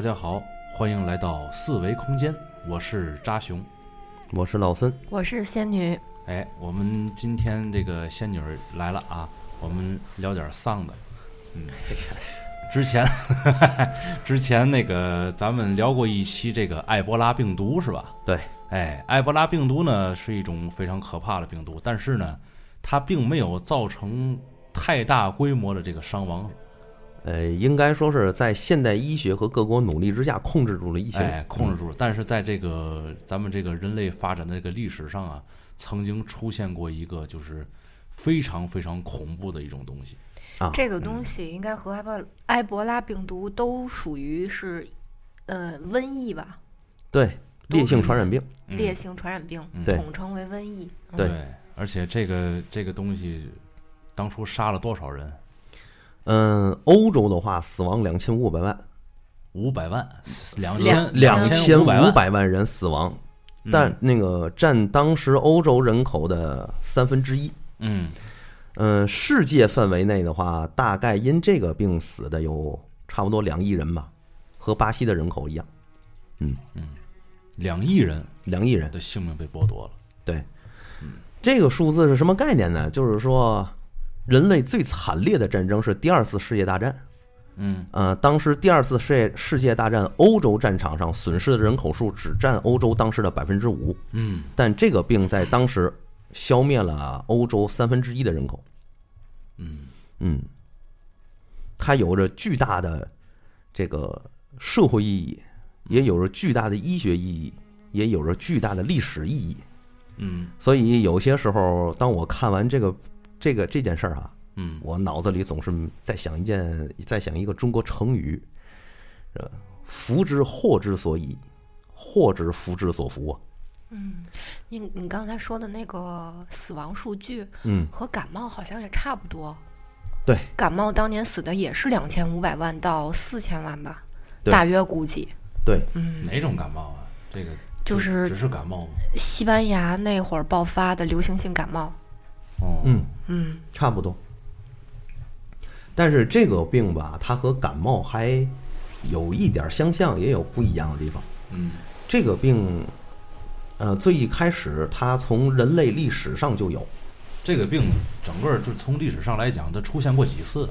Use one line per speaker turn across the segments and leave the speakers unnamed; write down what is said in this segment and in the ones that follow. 家好，欢迎来到四维空间，我是扎熊。
我是老森，
我是仙女，
哎，我们今天这个仙女儿来了啊，我们聊点丧的。嗯，之前 之前那个咱们聊过一期这个埃博拉病毒是吧？
对，
哎，埃博拉病毒呢是一种非常可怕的病毒，但是呢，它并没有造成太大规模的这个伤亡，
呃，应该说是在现代医学和各国努力之下控制住了疫情，嗯
哎，控制住了。但是在这个咱们这个人类发展的这个历史上啊，曾经出现过一个就是非常非常恐怖的一种东西。
啊，
这个东西应该和埃博埃博拉病毒都属于是，呃，瘟疫吧，
对烈性传染病，
嗯
烈性传染病，
嗯
对
统称为瘟疫。嗯
对
而且这个这个东西当初杀了多少人？
嗯，欧洲的话死亡两千五百万，
五百万，两
两
千
千
千
五
百万，嗯
百万人死亡，但那个占当时欧洲人口的三分之一。
嗯
嗯，世界范围内的话，大概因这个病死的有差不多两亿人吧，和巴西的人口一样，
两亿人
两亿人。
的性命被剥夺了。
对，这个数字是什么概念呢？就是说，人类最惨烈的战争是第二次世界大战。
嗯
呃，当时第二次世界世界大战欧洲战场上损失的人口数只占欧洲当时的百分之五，
嗯，
但这个病在当时消灭了欧洲三分之一的人口。嗯嗯，它有着巨大的这个社会意义，也有着巨大的医学意义，也有着巨大的历史意义。
嗯
所以有些时候，当我看完这个这个这件事儿啊，
嗯，
我脑子里总是在想一件，在想一个中国成语，呃，福之祸之所以，祸之福之所伏啊。
你你刚才说的那个死亡数据
嗯，
和感冒好像也差不多，
对，
感冒当年死的也是两千五百万到四千万吧，
对
大约估计。
对，
哪种感冒啊？这个
嗯就是
只是感冒吗？
西班牙那会儿爆发的流行性感冒，
哦，
嗯，
嗯，
差不多。但是这个病吧，它和感冒还有一点相像，也有不一样的地方。
嗯
这个病，呃，最一开始它从人类历史上就有，
这个病整个就是从历史上来讲，它出现过几次？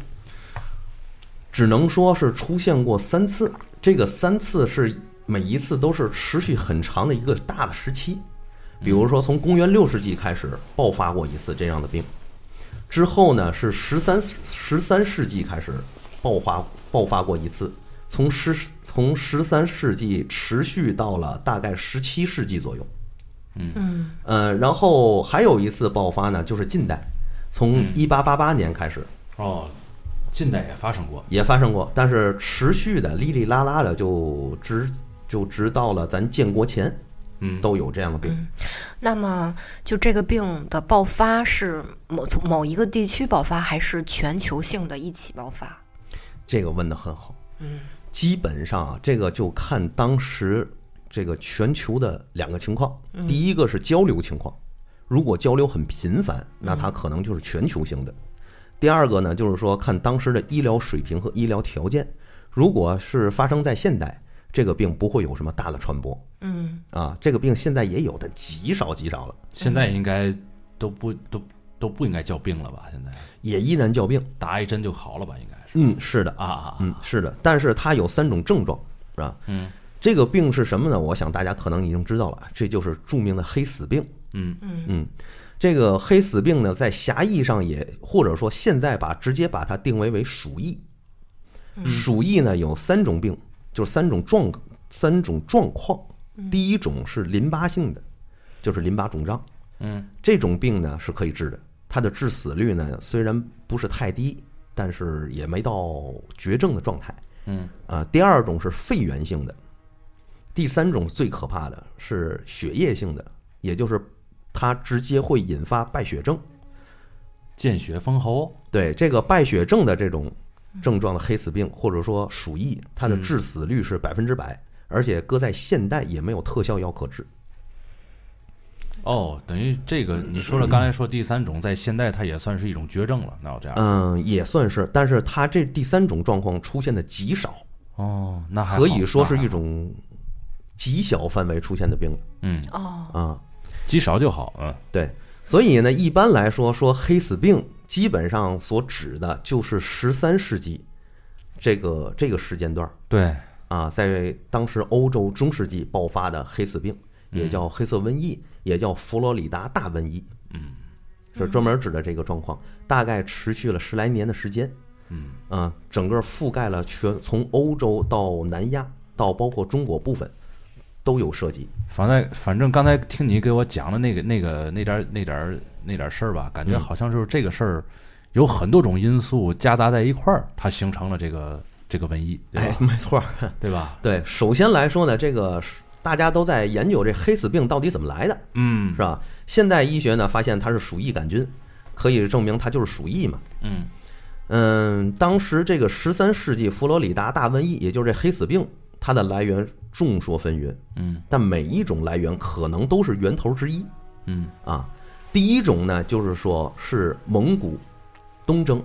只能说是出现过三次。这个三次是每一次都是持续很长的一个大的时期，比如说从公元六世纪开始爆发过一次这样的病，之后呢是十三十三世纪开始爆发爆发过一次，从十从十三世纪持续到了大概十七世纪左右。嗯呃，然后还有一次爆发呢，就是近代，从一八八八年开始，
哦，近代也发生过。
也发生过，但是持续的哩哩啦啦的就直就直到了咱建国前
嗯，
都有这样的病。
那么，就这个病的爆发是某从某一个地区爆发，还是全球性的一起爆发？
这个问得很好，
嗯，
基本上啊，这个就看当时这个全球的两个情况，第一个是交流情况，如果交流很频繁，那它可能就是全球性的；第二个呢，就是说看当时的医疗水平和医疗条件，如果是发生在现代，这个病不会有什么大的传播。
嗯，
啊，这个病现在也有，但极少极少了。
现在应该都不都都不应该叫病了吧？现在
也依然叫病。
打一针就好了吧？应该是
嗯，是的，
啊啊，
嗯，是的，但是它有三种症状，是吧？嗯，这个病是什么呢？我想大家可能已经知道了，这就是著名的黑死病。
嗯
嗯，这个黑死病呢，在狭义上也或者说现在把直接把它定为为鼠疫。鼠疫呢有三种病，就是三种状三种状况。第一种是淋巴性的，就是淋巴肿胀。
嗯，
这种病呢是可以治的，它的致死率呢虽然不是太低，但是也没到绝症的状态。
嗯，
啊，第二种是肺源性的，第三种最可怕的是血液性的，也就是它直接会引发败血症。
见血封喉。
对这个败血症的这种症状的黑死病或者说鼠疫，它的致死率是百分之百，而且搁在现代也没有特效药可治。
哦，等于这个你说了，刚才说第三种，在现代它也算是一种
嗯
绝症了。那要这样，
嗯，也算是，但是它这第三种状况出现的极少，
哦，那还
可以说是
好
一种极小范围出现的病
嗯，
哦，
啊。
积少就好，嗯
所以呢，一般来说，说黑死病基本上所指的就是十三世纪这个这个时间段儿
对，
啊，在当时欧洲中世纪爆发的黑死病，也
嗯
叫黑色瘟疫，也叫佛罗里达大瘟疫，嗯，是专门指的这个状况，大概持续了十来年的时间，
嗯，
啊，整个覆盖了全从欧洲到南亚到包括中国部分都有涉及，
反正反正刚才听你给我讲的那个那个那点儿那点儿那点儿事儿吧，感觉
嗯
好像就是这个事儿有很多种因素夹杂在一块儿，它形成了这个这个瘟疫，对
哎
吧？，
没错儿，
对吧？
对，首先来说呢，这个是大家都在研究这黑死病到底怎么来的，
嗯
是吧？现代医学呢发现它是鼠疫杆菌，可以证明它就是鼠疫嘛。
嗯
嗯，当时这个十三世纪佛罗里达大瘟疫，也就是这黑死病，它的来源众说纷纭，
嗯
但每一种来源可能都是源头之一
嗯
啊。第一种呢，就是说是蒙古东征，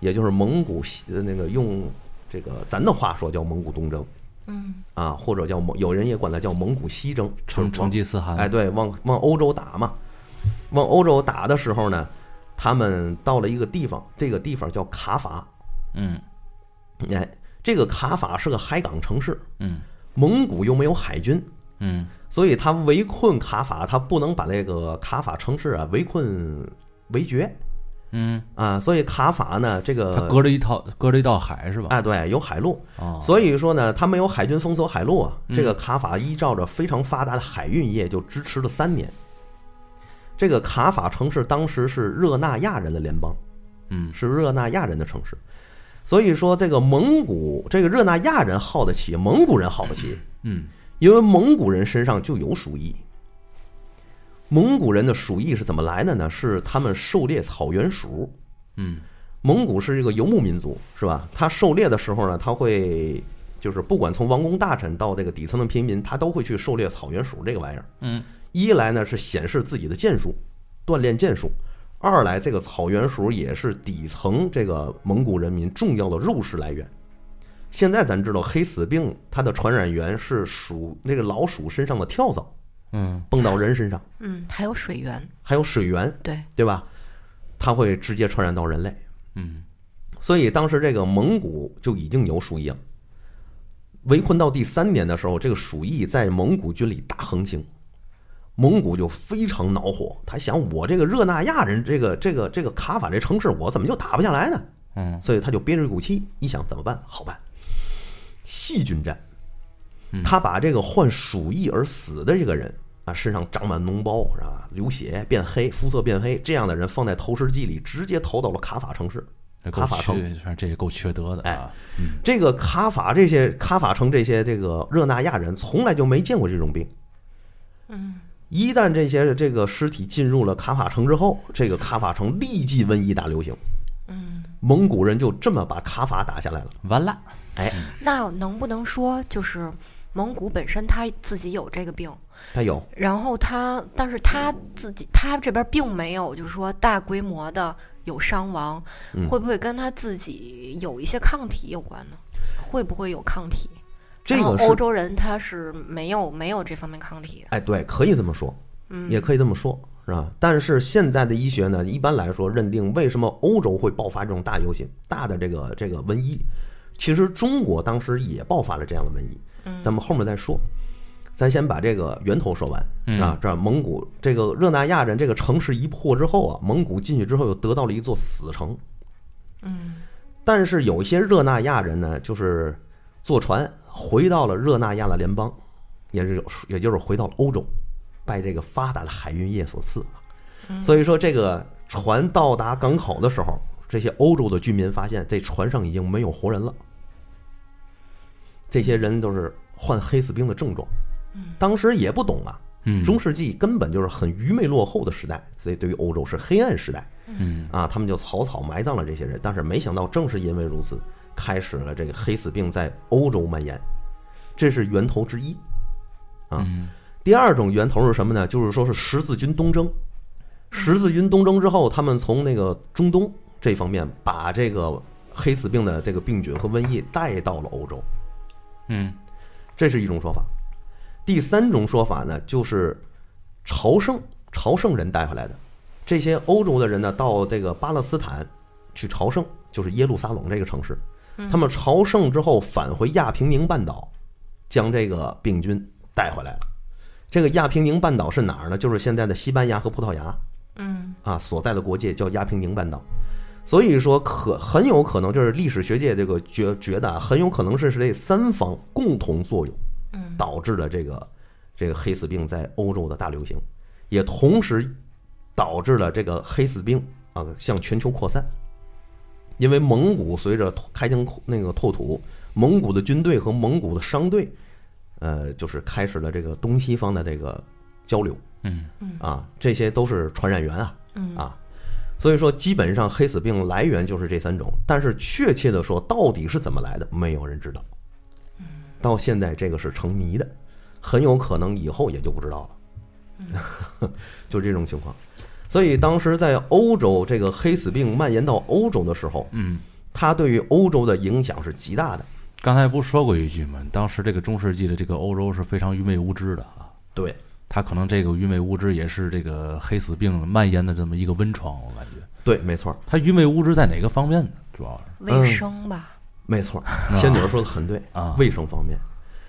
也就是蒙古西呃那个用这个咱的话说叫蒙古东征。
嗯，
啊，或者叫蒙，有人也管它叫蒙古西征，
成成吉思汗，
哎，对，往往欧洲打嘛，往欧洲打的时候呢，他们到了一个地方，这个地方叫卡法，
嗯
哎，这个卡法是个海港城市，
嗯
蒙古又没有海军，
嗯
所以他围困卡法，他不能把那个卡法城市啊围困围绝
嗯，
啊，所以卡法呢，这
它
个
隔着一套隔着一道海是吧？
呃哎，对，有海路，
哦，
所以说呢，他没有海军封锁海路啊，
嗯
这个卡法依照着非常发达的海运业就支持了三年。这个卡法城市当时是热那亚人的联邦，
嗯
是热那亚人的城市，所以说这个蒙古这个热那亚人耗得起，蒙古人耗不起，
嗯
因为蒙古人身上就有鼠疫。蒙古人的鼠疫是怎么来的呢？是他们狩猎草原鼠，
嗯
蒙古是一个游牧民族，是吧？他狩猎的时候呢，他会就是不管从王公大臣到这个底层的平民，他都会去狩猎草原鼠这个玩意儿。
嗯
一来呢是显示自己的剑术，锻炼剑术；二来这个草原鼠也是底层这个蒙古人民重要的肉食来源。现在咱知道黑死病它的传染源是鼠那个老鼠身上的跳蚤
嗯
蹦到人身上，
嗯，还有水源，
还有水源，
对，
对吧？它会直接传染到人类。
嗯
所以当时这个蒙古就已经有鼠疫了。围困到第三年的时候，这个鼠疫在蒙古军里大横行，蒙古就非常恼火，他想我这个热那亚人，这个这个这个卡法这城市，我怎么就打不下来呢？
嗯，
所以他就憋着一股气，一想怎么办？好办，细菌战。
嗯
他把这个患鼠疫而死的这个人啊，身上长满脓包，是吧？流血变黑，肤色变黑，这样的人放在投石机里，直接投到了卡法城市。
这够
卡法哎
缺，反正这也够缺德的啊！
这个卡法这些卡法城这些这个热那亚人从来就没见过这种病。
嗯
一旦这些这个尸体进入了卡法城之后，这个卡法城立即瘟疫大流行。嗯，蒙古人就这么把卡法打下来了。
完了，
哎，
那能不能说就是蒙古本身他自己有这个病，
他有
然后他，但是他自己他这边并没有，就是说大规模的有伤亡，
嗯
会不会跟他自己有一些抗体有关呢？会不会有抗体？
这
然后
个是
欧洲人他是没有没有这方面抗体的。
哎，对，可以这么说，
嗯
也可以这么说，是吧？但是现在的医学呢，一般来说认定为什么欧洲会爆发这种大游行、大的这个这个瘟疫，其实中国当时也爆发了这样的瘟疫，咱们后面再说。咱先把这个源头说完啊，这蒙古这个热那亚人这个城市一破之后啊，蒙古进去之后又得到了一座死城，但是有一些热那亚人呢，就是坐船回到了热那亚的联邦，也是有，也就是回到了欧洲，拜这个发达的海运业所赐啊。所以说，这个船到达港口的时候，这些欧洲的居民发现这船上已经没有活人了，这些人都是患黑死病的症状。当时也不懂啊，
嗯
中世纪根本就是很愚昧落后的时代，所以对于欧洲是黑暗时代。
嗯
啊，他们就草草埋葬了这些人。但是没想到，正是因为如此，开始了这个黑死病在欧洲蔓延，这是源头之一。啊，第二种源头是什么呢？就是说是十字军东征。十字军东征之后，他们从那个中东这方面把这个黑死病的这个病菌和瘟疫带到了欧洲，
嗯
这是一种说法。第三种说法呢，就是朝圣朝圣人带回来的，这些欧洲的人呢，到这个巴勒斯坦去朝圣，就是耶路撒冷这个城市，他们朝圣之后返回亚平宁半岛，将这个病菌带回来了。这个亚平宁半岛是哪儿呢？就是现在的西班牙和葡萄牙
嗯
啊所在的国界叫亚平宁半岛。所以说可很有可能，就是历史学界这个觉觉得啊，很有可能是是这三方共同作用。
嗯
导致了这个这个黑死病在欧洲的大流行，也同时导致了这个黑死病啊向全球扩散。因为蒙古随着拓开疆那个拓土，蒙古的军队和蒙古的商队，呃，就是开始了这个东西方的这个交流
嗯
啊，这些都是传染源啊。
嗯
啊，所以说基本上黑死病来源就是这三种，但是确切的说到底是怎么来的，没有人知道。到现在这个是成谜的，很有可能以后也就不知道了， 就这种情况。所以当时在欧洲，这个黑死病蔓延到欧洲的时候，
嗯。
它对于欧洲的影响是极大的。
刚才不说过一句吗？当时这个中世纪的这个欧洲是非常愚昧无知的啊，
对，
他可能这个愚昧无知也是这个黑死病蔓延的这么一个温床，我感觉。
对，没错儿，
他愚昧无知在哪个方面呢？主要
嗯
是
卫生吧，
没错儿，仙女儿说的很对
啊
卫生方面。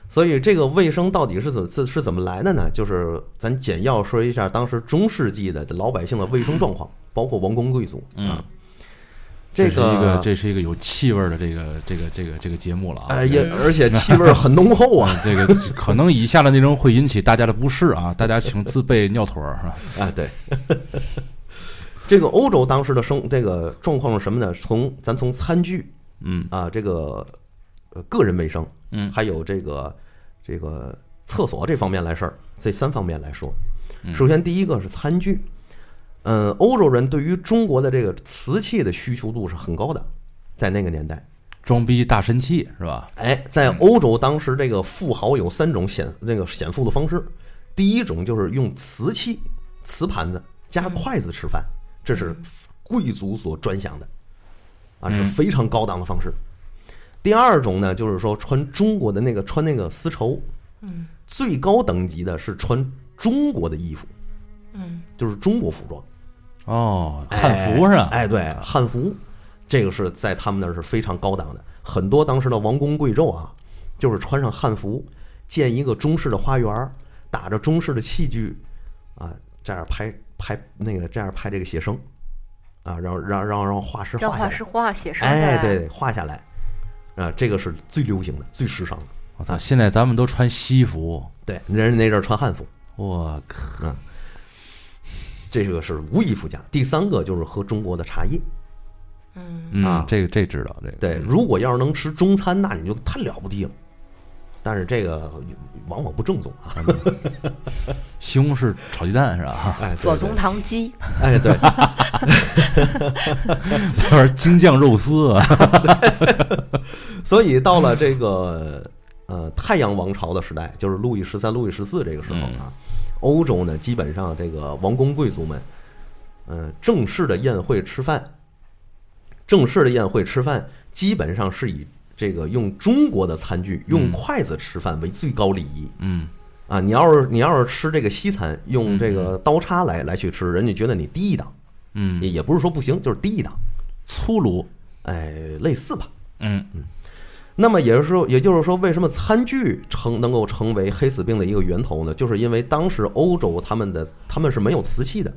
所以这个卫生到底是怎是是怎么来的呢？就是咱简要说一下当时中世纪的老百姓的卫生状况，包括王公贵族啊。这
是一个
个
嗯这是一个有气味儿的这个这个这个这个节目了啊。
哎也而且气味儿很浓厚啊
这个可能以下的内容会引起大家的不适啊，大家请自备尿腿儿。是吧
啊对。 这个欧洲当时的生这个状况是什么呢？从咱从餐具
嗯
啊这个呃个人卫生，
嗯
还有这个这个厕所这方面来事儿，这三方面来说
嗯，
首先第一个是餐具，嗯，欧洲人对于中国的这个瓷器的需求度是很高的，在那个年代，
装逼大神器是吧？
哎，在
嗯
欧洲当时这个富豪有三种显那个显富的方式，第一种就是用瓷器、瓷盘子加
嗯
筷子吃饭，这是贵族所专享的，啊，
嗯
是非常高档的方式。第二种呢，就是说穿中国的那个穿那个丝绸，
嗯
最高等级的是穿中国的衣服，
嗯，
就是中国服装，
哦，汉服是吧？
哎，对，汉服，这个是在他们那儿是非常高档的。很多当时的王公贵胄啊，就是穿上汉服，建一个中式的花园儿，打着中式的器具，啊，这样拍拍那个这样拍这个写生，啊，让让让让画师
让
画下
画
来，
师画写生
哎，
呗
对，画下来，啊，这个是最流行的、最时尚的。
我操！现在咱们都穿西服，
对，人家那阵儿穿汉服，
我靠！
这个是无以复加。第三个就是喝中国的茶叶，
嗯
啊，
这个这个知道这个。
嗯
对，如果要是能吃中餐，那你就太了不地了。但是这个往往不正宗啊，
嗯
西红柿炒鸡蛋是吧？
哎，对
左宗，棠鸡，
对哎，对，
还是京酱肉丝啊？
所以到了这个呃太阳王朝的时代，就是路易十三、路易十四这个时候啊，
嗯
欧洲呢基本上这个王公贵族们，嗯、正式的宴会吃饭，正式的宴会吃饭基本上是以这个用中国的餐具、用筷子吃饭为最高礼仪。
嗯
啊，你要是你要是吃这个西餐，用这个刀叉来来去吃，人家觉得你低一档，
嗯，
也也不是说不行，就是低一档，
粗鲁。
哎，类似吧。
嗯
那么也就是说，也就是说，为什么餐具成能够成为黑死病的一个源头呢？就是因为当时欧洲他们的他们是没有瓷器的，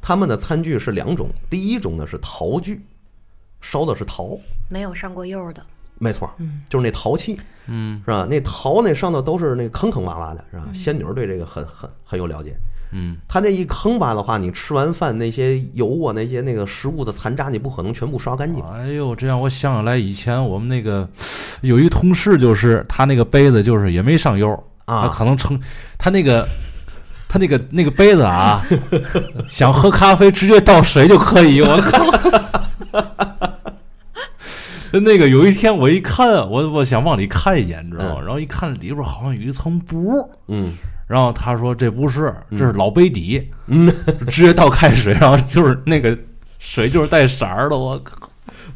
他们的餐具是两种，第一种呢是陶具，烧的是陶，
没有上过釉的，
没错，就是那陶器，嗯，是吧？那陶那上头都是那坑坑洼洼的，是吧？仙女儿对这个很很很有了解，
嗯，
它那一坑洼的话，你吃完饭那些油啊，那些那个食物的残渣，你不可能全部刷干净。
哎呦，这让我想起来以前我们那个有一同事，就是他那个杯子就是也没上釉
啊
他可能成他那个他那个那个杯子啊， 想喝咖啡直接倒水就可以，我靠！ 那个有一天我一看，啊我我想往里看一眼，你知道吗？
嗯
然后一看里边好像有一层薄，
嗯，
然后他说这不是，这是老杯底，嗯，直接倒开水，然后就是那个水就是带色儿的，我靠！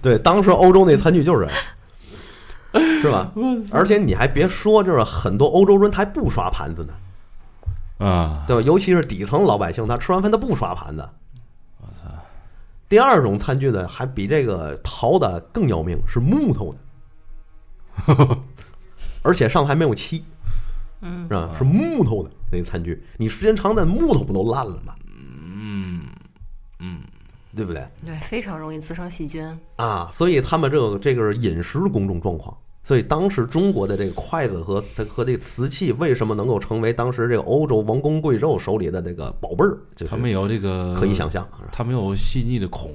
对，当时欧洲那餐具就是这样。是吧？而且你还别说，就是很多欧洲人他还不刷盘子呢，
啊，
对吧？尤其是底层老百姓，他吃完饭他不刷盘子。
我操，
第二种餐具呢，还比这个陶的更要命，是木头的， 而且上头还没有漆，
嗯
是吧？是木头的那餐具，你时间长了，木头不都烂了吗？
嗯嗯，
对不对？
对，非常容易滋生细菌。
啊，所以他们这个这个是饮食公众状况。所以当时中国的这个筷子和和这个瓷器为什么能够成为当时这个欧洲王公贵胄手里的这个宝贝儿，就是
他们有这个
可以想，象。啊是吧
他们有细腻的孔，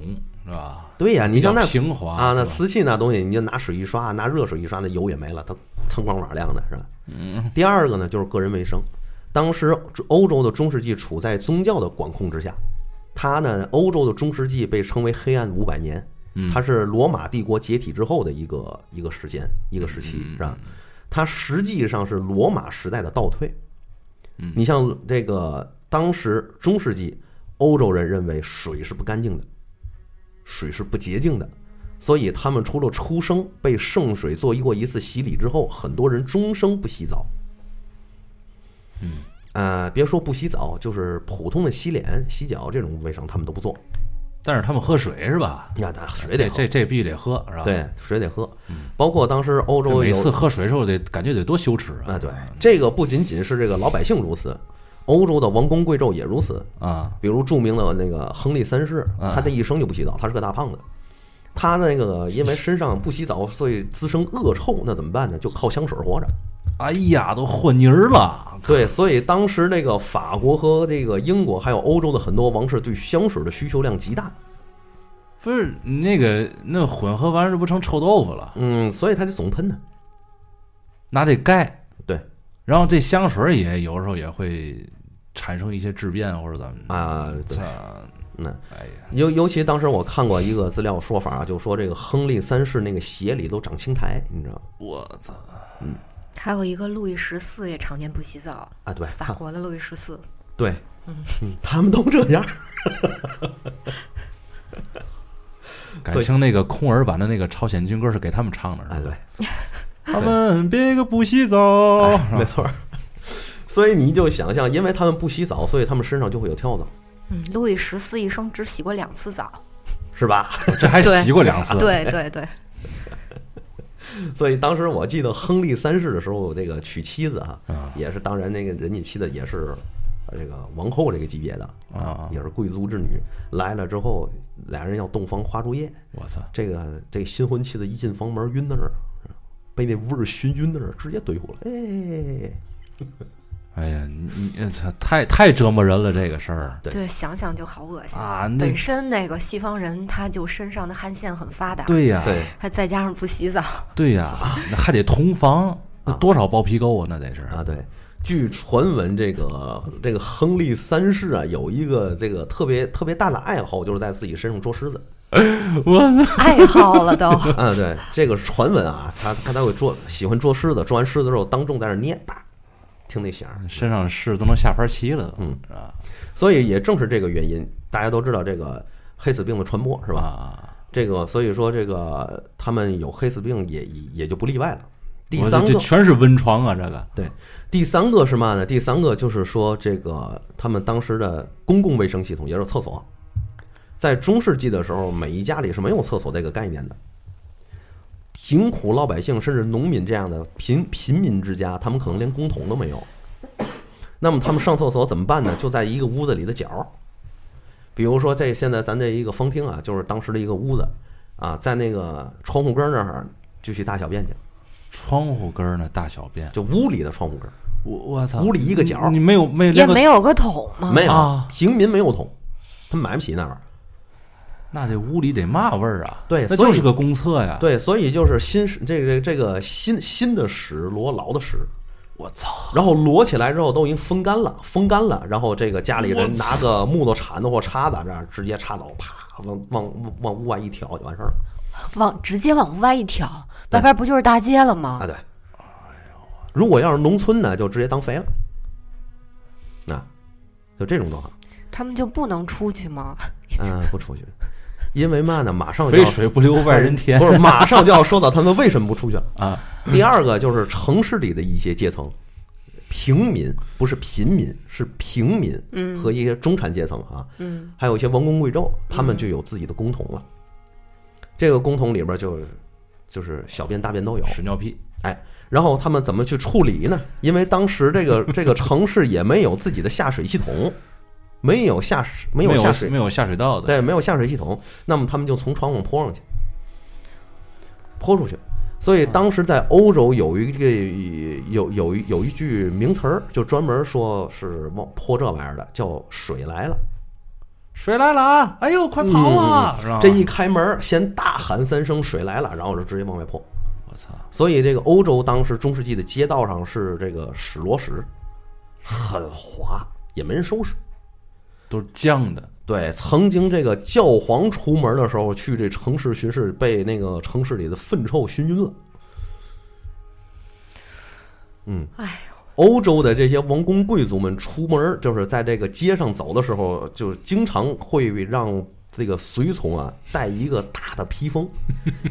是吧？
对呀、你像那
比较平滑
啊，那
是吧
瓷器那东西，你就拿水一刷，拿热水一刷，那油也没了，它锃光瓦亮的是吧？嗯。第二个呢，就是个人卫生。当时欧洲的中世纪处在宗教的管控之下，它呢，欧洲的中世纪被称为黑暗五百年，
嗯
它是罗马帝国解体之后的一个一个时间一个
嗯
时期，是吧？它实际上是罗马时代的倒退。
嗯
你像这个当时中世纪，欧洲人认为水是不干净的，水是不洁净的，所以他们除了出生被圣水做过一次洗礼之后，很多人终生不洗澡。嗯，呃，别说不洗澡，就是普通的洗脸、洗脚这种卫生，他们都不做。
但是他们喝水是吧？
你看，咱水得
这
喝
这这必须得喝，是吧？
对，水得喝。包括当时欧
这
洲
每次
有
喝水的时候得感觉得多羞耻
啊，
啊！
对，这个不仅仅是这个老百姓如此，欧洲的王公贵胄也如此。
啊，
比如著名的那个亨利三世，
啊
他这一生就不洗澡，他是个大胖子。他那个因为身上不洗澡，所以滋生恶臭，那怎么办呢？就靠香水 活着。
哎呀，都和泥儿了，
对，所以当时那个法国和这个英国，还有欧洲的很多王室对香水的需求量极大。
不是你那个那混合完事不成臭豆腐了？
嗯，所以他就总喷呢。
拿这盖，
对
然后这香水也有时候也会产生一些质变或者怎么
啊，对
操，
那
哎呀，
尤尤其当时我看过一个资料说法，就说这个亨利三世那个鞋里都长青苔，你知道吗？
我操，
还有一个路易十四也常年不洗澡，
啊，对，
法国的路易十四。
对，嗯，他们都这样。
感情那个空耳版的那个朝鲜军歌是给他们唱的，是吧
哎，对，
他们别个不洗澡，
哎没错儿。 所以你就想象，因为他们不洗澡，所以他们身上就会有跳蚤，
嗯，路易十四一生只洗过两次澡。
是吧？
这还
对
洗过两
啊
次，
对对对，
所以当时我记得亨利三世的时候，这个娶妻子啊
啊，
也是当然那个人家妻子也是呃这个王后这个级别的
啊
也是贵族之女。来了之后，俩人要洞房花烛夜，
我操，
这个这个新婚妻子一进房门晕那儿，被那味儿熏晕那儿，直接怼火了。哎，
哎呀，你你操，太太折磨人了这个事儿
对
对，想想就好恶心。
啊，那
本身那个西方人他就身上的汗腺很发达，
对呀，
对
他再加上 不洗澡，
对呀，那还得同房，那
啊
多少包皮沟啊，那得是
啊，对。据传闻，这个这个亨利三世啊，有一个这个特别特别大的爱好，就是在自己身上捉虱子。
我
爱好了都。
啊，对，这个传闻啊，他他他会捉，喜欢捉虱子，捉完虱子之后当众在那儿捏，叭，听那响儿。
身上是都能下盘棋了，
嗯
是吧？
所以也正是这个原因，大家都知道这个黑死病的传播是吧？
啊，
这个所以说这个他们有黑死病也也也就不例外了。第
我
三
这
个
这全是温床啊，这个
对，第三个是嘛呢？第三个就是说，这个他们当时的公共卫生系统，也就是厕所，在中世纪的时候，每一家里是没有厕所这个概念的。贫苦老百姓，甚至农民这样的贫贫民之家，他们可能连公桶都没有。那么他们上厕所怎么办呢？就在一个屋子里的角儿，比如说这现在咱这一个方厅啊，就是当时的一个屋子啊，在那个窗户根儿那儿就去大小便去，
窗户根儿那大小便，
就屋里的窗户根儿，
我我操，
屋里一个角儿
你没有没有
也
连个
没有个桶吗？
没有
啊，
平民没有桶，他们买不起那玩意儿。
那这屋里得嘛味儿啊？
对
那
所
就
以
是个公厕呀。，
对，所以就是新石这个这个新新的屎摞牢的屎，
我操，
然后摞起来之后都已经风干了，风干了，然后这个家里人拿个木头铲子或叉子，这样直接插倒，啪，往往往屋外一挑就完事儿了。
往直接往屋外一挑，
对
外边不就是大街了吗
啊，？对。如果要是农村呢，就直接当肥了。啊，就这种状况，啊
他们就不能出去吗？
嗯、不出去。因为嘛呢，马上就
肥
要
水不流外人田
不是马上就要说到他们为什么不出去了。
啊，
第二个就是城市里的一些阶层，平民不是贫民，是平民
嗯
和一些中产阶层啊，
嗯
还有一些王公贵胄，他们就有自己的公童了。这个公童里边就就是小便大便都有，
屎尿屁，
然后他们怎么去处理呢？因为当时这个这个城市也没有自己的下水系统，没有下水，没
没
有下水，
没有下水道的，
对，没有下水系统，那么他们就从船往坡上去，泼出去。所以当时在欧洲有一个有有一有一句名词儿，就专门说是往泼这玩意儿的，叫“水来了
水来了啊！哎呦，快跑啊！”是吧。
嗯这一开门，先大喊三声“水来了”，然后就直接往外泼。
我操，
所以这个欧洲当时中世纪的街道上是这个屎罗石，很滑，也没人收拾。
都是酱的，
对，曾经这个教皇出门的时候去这城市巡视，被那个城市里的粪臭熏晕了。嗯，
哎
欧洲的这些王公贵族们出门，就是在这个街上走的时候，就经常会让这个随从啊带一个大的披风，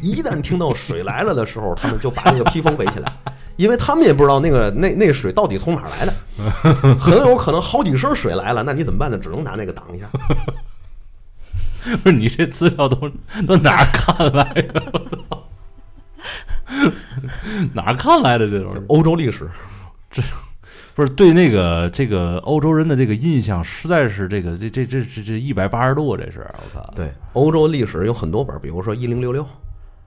一旦听到水来了的时候，他们就把那个披风围起来，因为他们也不知道那个那那水到底从哪儿来的，很有可能好几身水来了，那你怎么办呢？只能拿那个挡一下。
不是你这资料都都哪儿看来的？我操，哪儿看来的这都是？
欧洲历史，
不是对那个这个欧洲人的这个印象，实在是这个这这这这这一百八十度，这是我 靠！
对，欧洲历史有很多本儿，比如说一零六六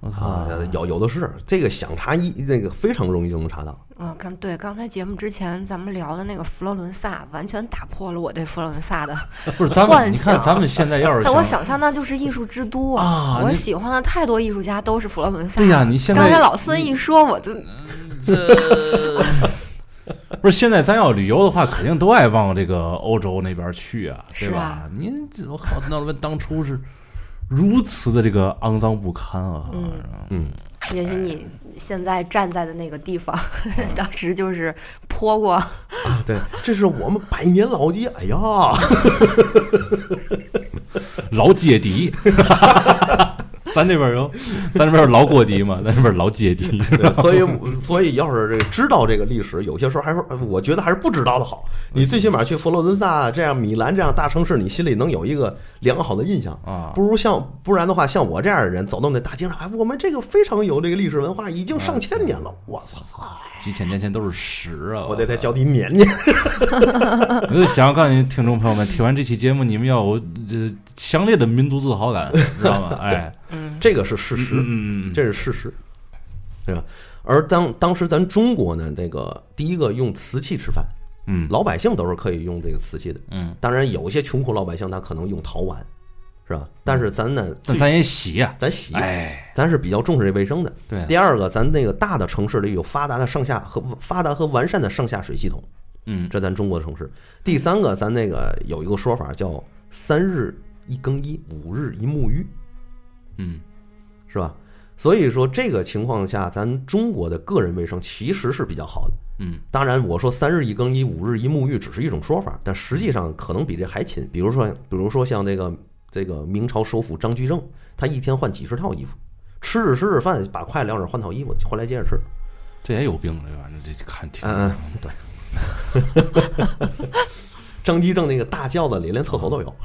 我靠！
啊，有有的是，这个想查一那个非常容易就能 查到。
啊，刚对刚才节目之前咱们聊的那个佛罗伦萨，完全打破了我对佛罗伦萨的，
不是咱们，
幻
你看
想
咱们现在要是
在我想象那就是艺术之都
啊
我
你
喜欢的太多艺术家都是佛罗伦萨。
对呀你现在
刚才老孙一说，我就
不是现在咱要旅游的话，肯定都爱往这个欧洲那边去啊，对
是
吧？
啊
你这我靠，那当初是如此的这个肮脏不堪啊！
嗯，
哎
也许你现在站在的那个地方，
嗯
当时就是泼过。
对，这是我们百年老街。哎呀，
老姐 敌，咱这边有，咱这边有老锅敌嘛，咱这边老姐敌。
对所以所以要是这个知道这个历史，有些时候还是我觉得还是不知道的好。你最起码去佛罗伦萨这样、米兰这样大城市，你心里能有一个良好的印象
啊
不如像不然的话，像我这样的人走到那大街上，哎，我们这个非常有这个历史文化，已经
啊
上千年了。我操！
几千年前都是屎啊！
我得再教你撵撵。
我就想告诉你听众朋友们，听完这期节目，你们要有呃强烈的民族自豪感，知道吗？哎，
嗯，
这个是事实，
嗯嗯嗯
这是事实，对吧？而当当时咱中国呢，这个第一个用瓷器吃饭，
嗯
老百姓都是可以用这个瓷器的。
嗯，
当然，有一些穷苦老百姓他可能用陶碗，是吧？但是咱呢，
那咱也洗呀、
咱洗，
嗯哎，
咱是比较重视这卫生的。
对啊，
第二个，咱那个大的城市里有发达的上下和发达和完善的上下水系统，
嗯，
这咱中国城市。第三个，咱那个有一个说法叫“三日一更衣，五日一沐浴”。
嗯，
是吧？所以说这个情况下，咱中国的个人卫生其实是比较好的。
嗯，
当然我说三日一更衣，五日一沐浴只是一种说法，但实际上可能比这还勤。比如说，比如说像这个这个明朝首辅张居正，他一天换几十套衣服，吃着吃着饭，把筷子撂那儿换套衣服，回来接着吃。
这也有病，这玩意儿这看挺
嗯嗯，对。 张居正那个大轿子里连厕所都有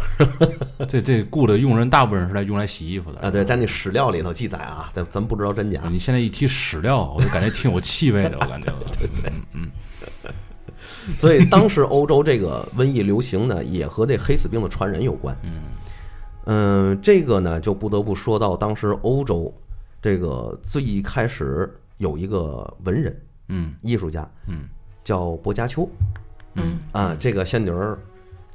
这这雇的佣人大部分是来用来洗衣服的
啊！对，在那史料里头记载啊，咱咱不知道真假。
你现在一提史料，我就感觉挺有气味的，我感觉。嗯嗯，
所以当时欧洲这个瘟疫流行呢，也和这黑死病的传人有关。嗯，这个呢就不得不说到当时欧洲这个最一开始有一个文人
嗯
艺术家，
嗯，
叫薄伽丘
嗯，
啊。这个仙女儿，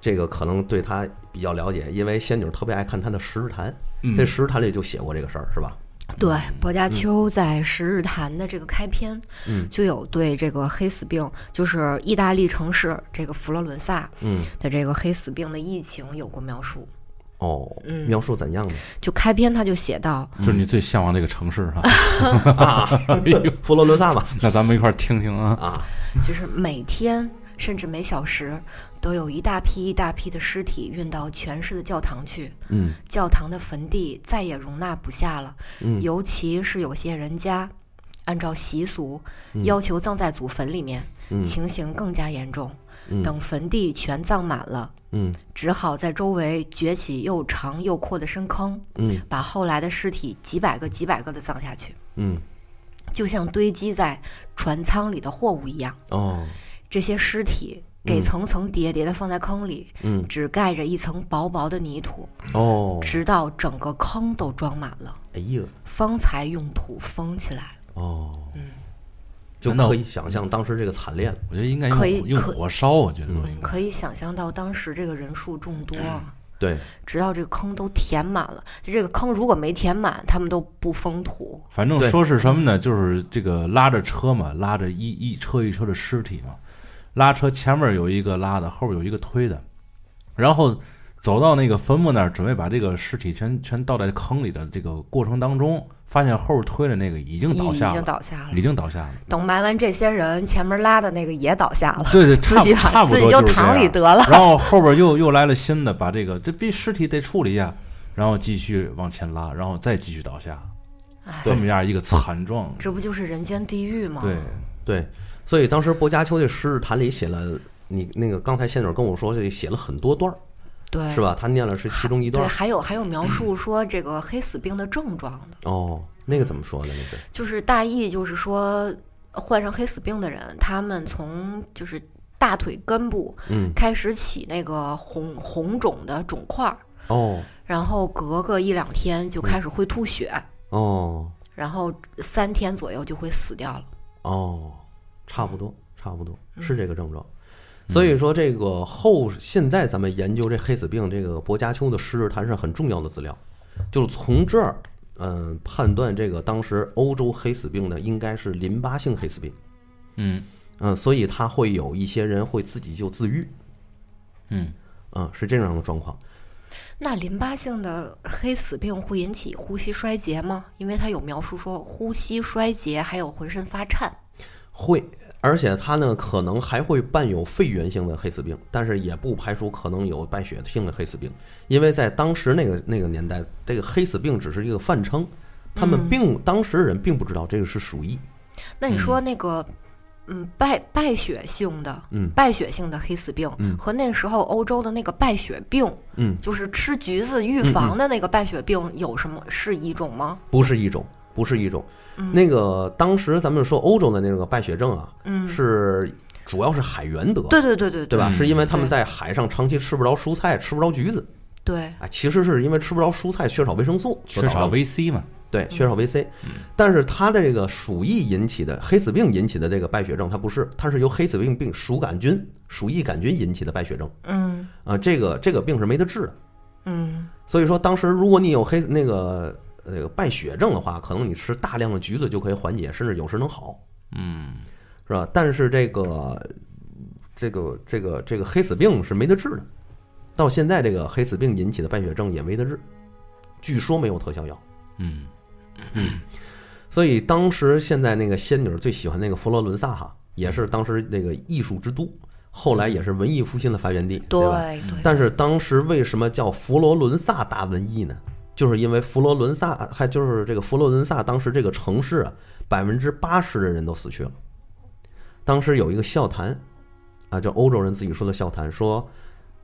这个可能对她比较了解，因为仙女儿特别爱看她的《十日谈》，
嗯
这《十日谈》里就写过这个事儿，是吧？
对，薄伽
嗯
丘在《十日谈》的这个开篇，
嗯
就有对这个黑死病，就是意大利城市这个佛罗伦萨
嗯，
的这个黑死病的疫情有过描述。
哦，描述怎样呢？
就开篇他就写到，
就是你最向往这个城市哈、
啊，佛罗伦萨嘛，
哎那咱们一块儿听听啊。
啊，
就是每天甚至每小时都有一大批一大批的尸体运到全市的教堂去。
嗯
教堂的坟地再也容纳不下了，
嗯
尤其是有些人家按照习俗、
嗯
要求葬在祖坟里面，
嗯
情形更加严重。
嗯
等坟地全葬满了，
嗯
只好在周围掘起又长又阔的深坑，
嗯
把后来的尸体几百个几百个的葬下去，
嗯
就像堆积在船舱里的货物一样。
哦
这些尸体
嗯
给层层叠叠的放在坑里，
嗯
只盖着一层薄薄的泥土，
哦，
直到整个坑都装满了，
哎呀
方才用土封起来。
哦，就
难道
可以想象当时这个惨烈了。
我觉得应该
可以
用用
可
火烧，我觉得
嗯
应该
可以想象到当时这个人数众多，
嗯
啊
对，
直到这个坑都填满了。这个坑如果没填满，他们都不封土。
反正
对
说是什么呢？就是这个拉着车嘛，拉着一一车一车的尸体嘛，拉车前面有一个拉的，后边有一个推的，然后走到那个坟墓那儿，准备把这个尸体全全倒在坑里的这个过程当中，发现后边推的那个已经
已
倒
已
下
经
了，
倒下了
已，经倒下了。
等埋完这些人，前面拉的那个也倒下了，
对对，
自
差不
己
差
把
不
自
多
己又
就是这
躺里
样。
得了。
然后后边又又来了新的，把这个这必尸体得处理呀，然后继续往前拉，然后再继续倒下，
哎，
这么样一个惨状。
这不就是人间地狱吗？
对，
对，所以当时薄伽丘这《十日谈》里写了，你那个刚才仙女跟我说，这写了很多段儿，
对，
是？吧？他念了是其中一段
对，
儿。
还有还有 描述说这个黑死病的症状的，
哦，那个怎么说呢？那是
就是大意就是说，患上黑死病的人，他们从就是大腿根部
嗯
开始起那个红红肿的肿块儿，
哦
然后隔个一两天就开始会吐血，
哦
然后三天左右就会死掉了。
哦，差不多差不多是这个症状。所以说，这个后现在咱们研究这黑死病，这个薄伽丘的《十日谈》是很重要的资料，就是从这儿，嗯，判断这个当时欧洲黑死病呢，应该是淋巴性黑死病。
嗯
嗯，所以他会有一些人会自己就自愈，
嗯，
嗯，是这样的状况。
那淋巴性的黑死病会引起呼吸衰竭吗？因为它有描述说呼吸衰竭，还有浑身发颤。
会，而且他呢可能还会伴有肺源性的黑死病，但是也不排除可能有败血性的黑死病，因为在当时那个那个年代，这个黑死病只是一个泛称，他
嗯
们并、当时人并不知道这个是鼠疫。
那你说那个，嗯，败败血性的，
嗯
败血性的黑死病，
嗯
和那时候欧洲的那个败血病，
嗯，
就是吃橘子预防的那个败血病，有什么是一种吗？
不是一种，不是一种。那个当时咱们说欧洲的那个败血症啊，
嗯
是主要是海员得，
对对对对
对吧？
嗯
是因为他们
对
在海上长期吃不着蔬菜，吃不着橘子。
对，
啊，其实是因为吃不着蔬菜，缺少维生素，
缺
所导
少
致
VC 嘛，
对缺少维 C。但是它的这个鼠疫引起的黑死病引起的这个败血症，它不是，它是由黑死病病鼠杆菌、鼠疫杆菌引起的败血症
嗯
啊，这个这个病是没得治的。
嗯
所以说，当时如果你有黑那个那个败血症的话，可能你吃大量的橘子就可以缓解，甚至有时能好，
嗯，
是吧？但是这个这个这个这个黑死病是没得治的，到现在这个黑死病引起的败血症也没得治，据说没有特效药。
嗯，
所以当时现在那个仙女最喜欢那个佛罗伦萨哈，也是当时那个艺术之都，后来也是文艺复兴的发源地，
对
吧？
对
但是当时为什么叫佛罗伦萨大瘟疫呢？就是因为佛罗伦萨，还就是这个佛罗伦萨当时这个城市啊，百分之八十的人都死去了。当时有一个笑谈，啊，就欧洲人自己说的笑谈，说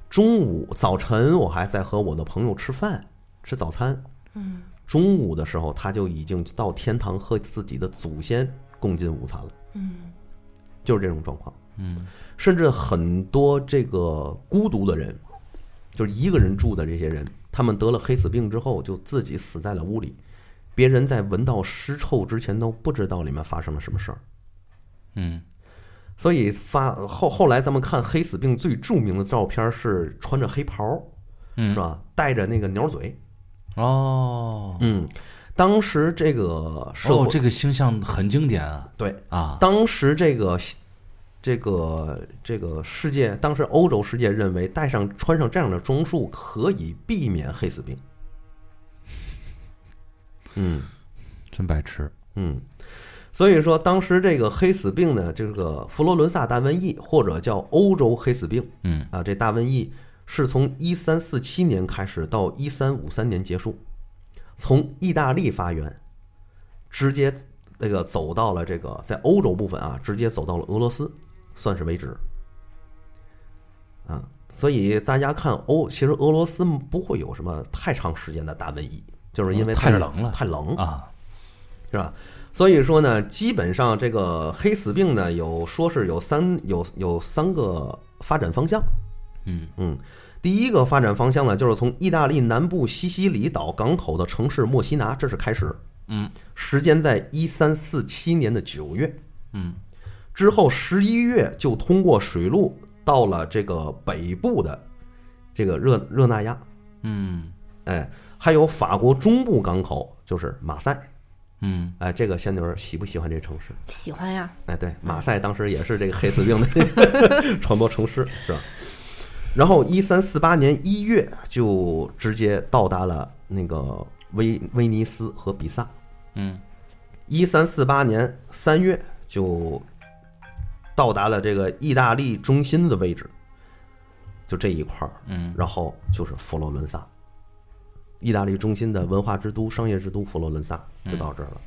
中午早晨我还在和我的朋友吃饭吃早餐，
嗯，
中午的时候他就已经到天堂和自己的祖先共进午餐了，
嗯
就是这种状况。
嗯，
甚至很多这个孤独的人，就是一个人住的这些人，他们得了黑死病之后，就自己死在了屋里，别人在闻到尸臭之前都不知道里面发生了什么事儿。
嗯，
所以发后后来咱们看黑死病最著名的照片是穿着黑袍，
嗯
是吧？带着那个鸟嘴，
哦，
嗯，当时这个社会、
哦，这个形象很经典啊
对，
啊，
当时这个这个这个世界，当时欧洲世界认为戴上穿上这样的装束可以避免黑死病。嗯
真白痴，
嗯，所以说，当时这个黑死病呢，这个佛罗伦萨大瘟疫，或者叫欧洲黑死病
嗯
啊，这大瘟疫是从一三四七年开始到一三五三年结束，从意大利发源，直接那个走到了这个在欧洲部分啊，直接走到了俄罗斯，算是为止。啊，所以大家看欧，其实俄罗斯不会有什么太长时间的大瘟疫，就是因为
嗯
它
太冷了
太冷
啊，
是吧？所以说呢，基本上这个黑死病呢，有说是有三有有三个发展方向。
嗯
嗯，第一个发展方向呢，就是从意大利南部西西里岛港口的城市墨西拿，这是开始。
嗯，
时间在一三四七年的九月。
嗯，
之后十一月就通过水路到了这个北部的这个热热那亚，
嗯
哎，还有法国中部港口就是马赛。
嗯，
哎，这个仙女儿喜不喜欢这城市？
喜欢呀，
哎，对，马赛当时也是这个黑死病的 传播城市，是吧？然后一三四八年一月就直接到达了那个威威尼斯和比萨。
嗯，
一三四八年三月就到达了这个意大利中心的位置，就这一块儿。
嗯，
然后就是佛罗伦萨，意大利中心的文化之都、商业之都佛罗伦萨，就到这儿了。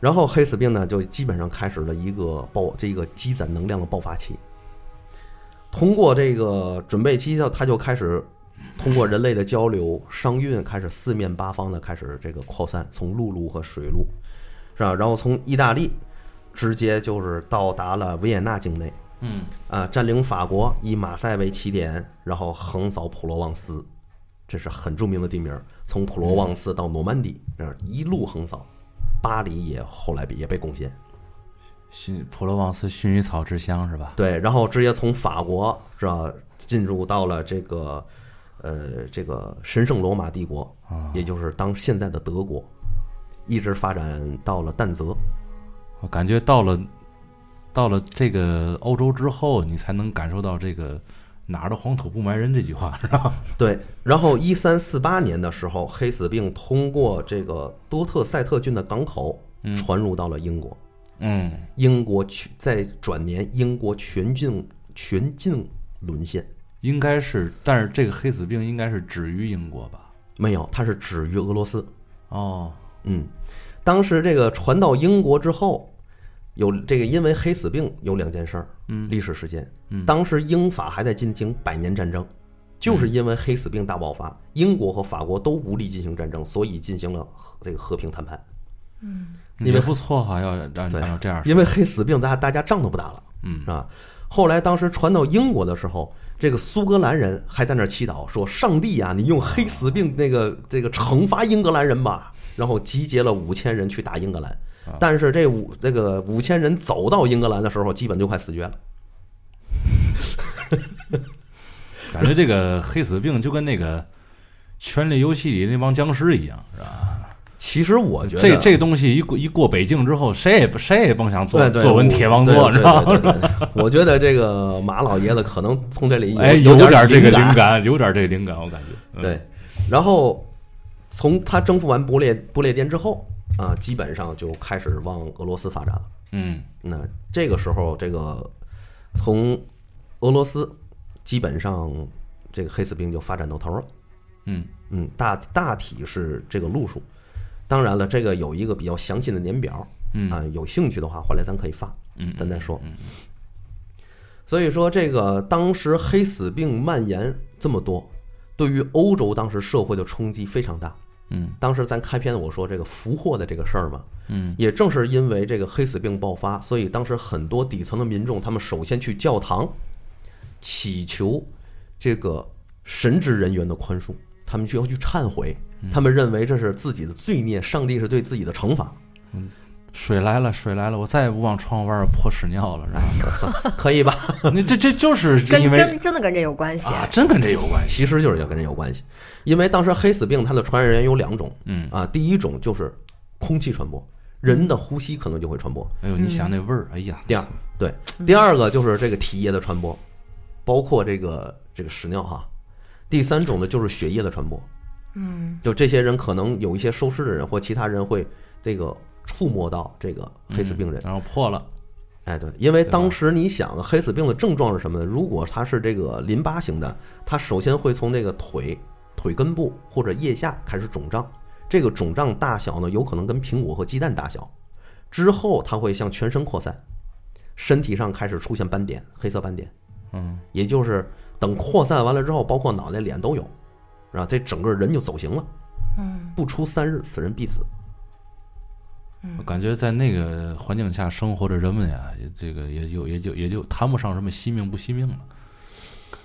然后黑死病呢，就基本上开始了一个爆这个积攒能量的爆发期。通过这个准备期呢，它就开始通过人类的交流、商运，开始四面八方的开始这个扩散，从陆路和水路，是吧？然后从意大利直接就是到达了维也纳境内，
嗯
啊，占领法国，以马赛为起点，然后横扫普罗旺斯，这是很著名的地名儿。从普罗旺斯到诺曼底，这样一路横扫，巴黎也后来被也被攻陷。
薰普罗旺斯薰衣草之乡是吧？
对，然后直接从法国是吧，进入到了这个呃这个神圣罗马帝国，也就是当现在的德国，一直发展到了但泽。
我感觉到了到了这个欧洲之后，你才能感受到这个哪儿的黄土不埋人这句话，是吧？
对，然后一三四八年的时候，黑死病通过这个多特塞特郡的港口传入到了英国。
嗯
英国全在转年，英国全境全境沦陷，
应该是，但是这个黑死病应该是止于英国吧？
没有，它是止于俄罗斯。
哦，
嗯，当时这个传到英国之后，有这个因为黑死病有两件事儿，嗯，历史事件，嗯，当时英法还在进行百年战争，就是因为黑死病大爆发，英国和法国都无力进行战争，所以进行了和这个和平谈判。因为
也不错哈，要让
对
按照这样说，
因为黑死病，大家大家仗都不打了，嗯啊。后来当时传到英国的时候，这个苏格兰人还在那儿祈祷说：“上帝啊，你用黑死病那个这个惩罚英格兰人吧。”然后集结了五千人去打英格兰，但是这五这个五千人走到英格兰的时候，基本就快死绝了。
感觉这个黑死病就跟那个《权力游戏》里那帮僵尸一样，是吧？
其实我觉得
这这东西一过一过北京之后，谁也不谁也甭想做
对哎对
做文铁王座，
我
你知道吗？
对对对对对对我觉觉得这个马老爷子可能从这里
哎，
有
点
点
儿这个
灵
灵感，有点儿这个灵感，我感觉。嗯，
对，然后从他征服完不列不列颠之后啊，基本上就开始往俄罗斯发展了。
嗯
那这个时候，这个从俄罗斯基本上这个黑死病就发展到头了。
嗯
嗯，大大体是这个路数。当然了，这个有一个比较详细的年表，
嗯
啊，有兴趣的话，回来咱可以发，
嗯
咱再说。所以说，这个当时黑死病蔓延这么多，对于欧洲当时社会的冲击非常大。
嗯
当时咱开篇我说这个俘获的这个事儿嘛，
嗯，
也正是因为这个黑死病爆发，所以当时很多底层的民众，他们首先去教堂祈求这个神职人员的宽恕，他们就要去忏悔，
嗯
他们认为这是自己的罪孽，上帝是对自己的惩罚，
水来了，水来了，我再也不往窗户外边泼屎尿了，
哎
是
可以吧？
吧？你这这就是
跟
因为
真真的跟这有关系。
啊，真跟这有关系。
其实就是也跟这有关系，因为当时黑死病它的传染源有两种，
嗯，
啊，第一种就是空气传播，人的呼吸可能就会传播，
哎呦，你想那味儿，哎呀，
第二，对，第二个就是这个体液的传播，包括这个这个屎尿哈。第三种呢，就是血液的传播，
嗯，
就这些人可能有一些收尸的人或其他人会这个触摸到这个黑死病人。
嗯然后破了，
哎，对，因为
对吧
当时你想，黑死病的症状是什么呢？如果他是这个淋巴型的，他首先会从这个腿、腿根部或者腋下开始肿胀，这个肿胀大小呢，有可能跟苹果和鸡蛋大小。之后，它会向全身扩散，身体上开始出现斑点，黑色斑点。
嗯，
也就是等扩散完了之后，包括脑袋、脸都有，啊，这整个人就走形了。
嗯，
不出三日，此人必死。
我感觉在那个环境下生活的人们呀，也这个也就也就也就谈不上什么惜命不惜命了，